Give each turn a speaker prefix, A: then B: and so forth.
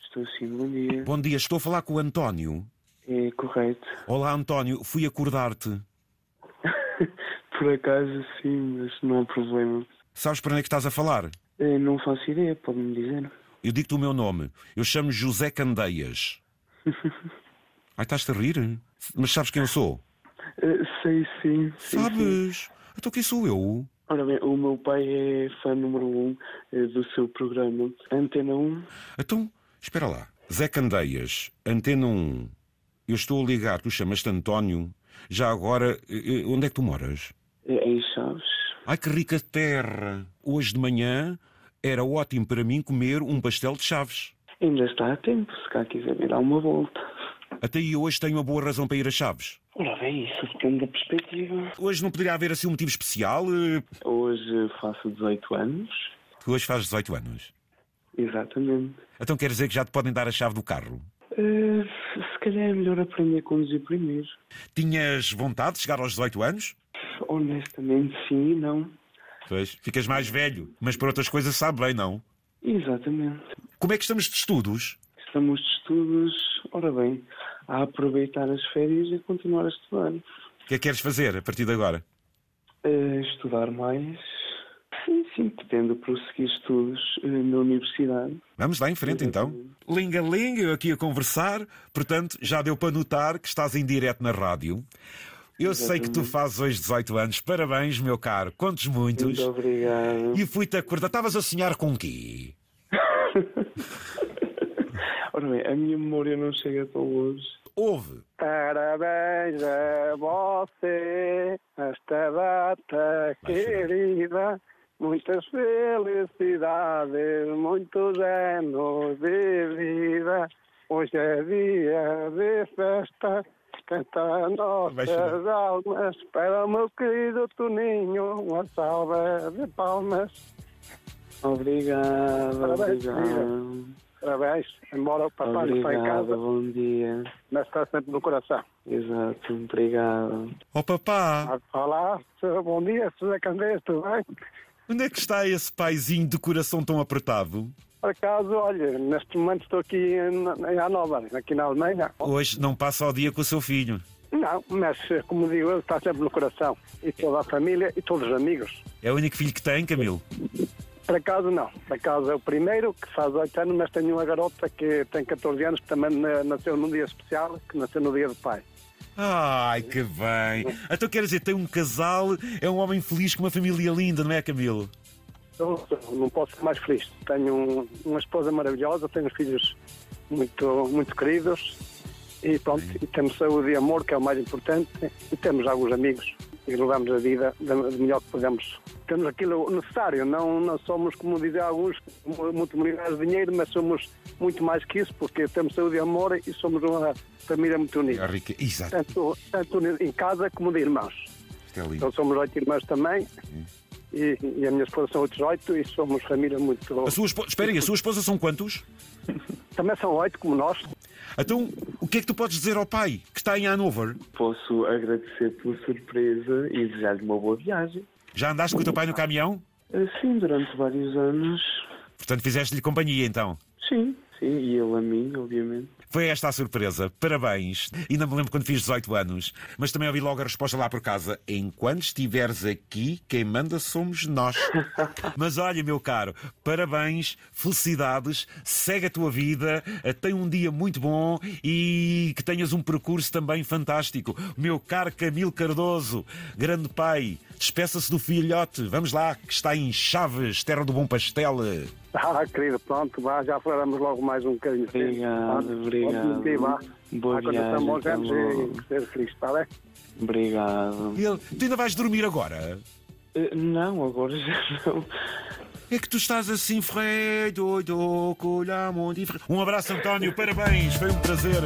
A: Estou sim, bom dia.
B: Bom dia, estou a falar com o António.
A: É correto.
B: Olá, António, fui acordar-te.
A: Por acaso sim, mas não há problema.
B: Sabes para onde é que estás a falar?
A: Eh, não faço ideia, pode-me dizer.
B: Eu digo-te o meu nome. Eu chamo José Candeias. Ai, estás-te a rir? Mas sabes quem eu sou?
A: Eh, sei sim. sei sim.
B: Sabes? Então quem sou eu?
A: Ora bem, o meu pai é fã número um eh, do seu programa. Antena 1,
B: Então, espera lá. Zé Candeias, Antena 1. Eu estou a ligar, tu chamas-te António. Já agora, eh, eh, onde é que tu moras?
A: eh, em Chaves.
B: Ai, que rica terra! Hoje de manhã era ótimo para mim comer um pastel de chaves.
A: Ainda está a tempo, se cá quiser vir dar uma volta.
B: Até aí hoje tenho uma boa razão para ir a chaves.
A: Ora bem, isso depende da perspectiva.
B: Hoje não poderia haver assim um motivo especial? eh,
A: Hoje faço 18 anos.
B: Tu hoje fazes 18 anos.
A: Exatamente.
B: Então quer dizer que já te podem dar a chave do carro?
A: Eh, se calhar é melhor aprender a conduzir primeiro.
B: Tinhas vontade de chegar aos 18 anos?
A: Honestamente, sim e não.
B: Pois. Ficas mais velho, mas por outras coisas sabe bem, não?
A: Exatamente.
B: Como é que estamos de estudos?
A: Estamos de estudos, ora bem, a aproveitar as férias e a continuar a estudar.
B: O que é que queres fazer a partir de agora?
A: Eh, estudar mais. Sim, sim, pretendo prosseguir estudos eh, na universidade.
B: Vamos lá em frente então. Linga-linga, eu aqui a conversar, portanto já deu para notar que estás em direto na rádio. Eu sei que tu fazes hoje 18 anos, parabéns, meu caro, contos muitos.
A: Muito obrigado.
B: E fui-te acordar, estavas a sonhar com o quê?
A: Ora bem, a minha memória não chega tão longe.
B: Houve.
C: Ah,
A: Parabéns a você, esta data querida. Muitas felicidades, muitos anos de vida. Hoje é dia de festa, canta
B: Vai chorar.
A: nossas almas. Para o meu querido Toninho, uma salva de palmas. Obrigado,
C: Parabéns, obrigado. Parabéns. Embora o papai não está em casa,
A: bom dia.
C: mas está sempre no coração.
A: Exato, obrigado.
B: Oh papá,
C: Olá, senhor, bom dia, José Candeias, tudo bem?
B: onde é que está esse paizinho de coração tão apertado?
C: Por acaso, olha, neste momento estou aqui em, em Hannover, aqui na Alemanha.
B: Hoje não passa o dia com o seu filho.
C: Não, mas como digo, ele está sempre no coração. E toda a família e todos os amigos.
B: É o único filho que tem, Camilo.
C: Por acaso, não. Por acaso é o primeiro que faz 8 anos, mas tenho uma garota que tem 14 anos, que também na- nasceu num dia especial, que nasceu no dia do pai.
B: Ai, que bem! Então quer dizer, tem um casal, é um homem feliz com uma família linda, não é, Camilo?
C: Eu Então, não posso ser mais feliz. Tenho um- uma esposa maravilhosa, tenho filhos muito, muito queridos e pronto, e temos saúde e amor, que é o mais importante, e temos alguns amigos e levamos a vida da da melhor que podemos. Temos aquilo necessário, não, não somos, como dizem alguns, mu- muito milionários de dinheiro, mas somos muito mais que isso, porque temos saúde e amor e somos uma família muito
B: É
C: unida.
B: rica. Exato,
C: Tanto, tanto em casa como de irmãos.
B: isto é lindo.
C: Então somos oito irmãos também. E, e a minha esposa são outros oito e somos família muito.
B: A sua esposa, espera aí, a sua esposa são quantos?
C: Também são oito como nós.
B: Então, o que é que tu podes dizer ao pai que está em Hanover?
A: Posso agradecer pela surpresa e desejar-lhe uma boa viagem.
B: Já andaste com o teu pai no caminhão?
A: Sim, durante vários anos.
B: Portanto, fizeste-lhe companhia então.
A: Sim, sim, e ele a mim, obviamente.
B: Foi esta a surpresa. Parabéns. Ainda me lembro quando fiz 18 anos. Mas também ouvi logo a resposta lá por casa. Enquanto estiveres aqui, quem manda somos nós. Mas olha, meu caro, parabéns, felicidades, segue a tua vida, eh, tem um dia muito bom e que tenhas um percurso também fantástico. Meu caro Camilo Cardoso, grande pai, despeça-se do filhote. Vamos lá, que está em Chaves, terra do bom pastel.
C: Ah, querido, pronto, vá, já falaremos logo mais um bocadinho.
A: Obrigado,
C: Pronto,
A: obrigado.
C: pronto, sim, vá.
A: Boa
C: Há coisas
A: viagem,
C: tão bons
A: tá
C: anos
A: bom.
C: e e ser feliz, está bem?
A: Obrigado.
B: Ele, tu ainda vais dormir agora?
A: Eh, Não, agora já não.
B: É que tu estás assim, Fredo, do, colhamo, Um abraço, António, parabéns, foi um prazer.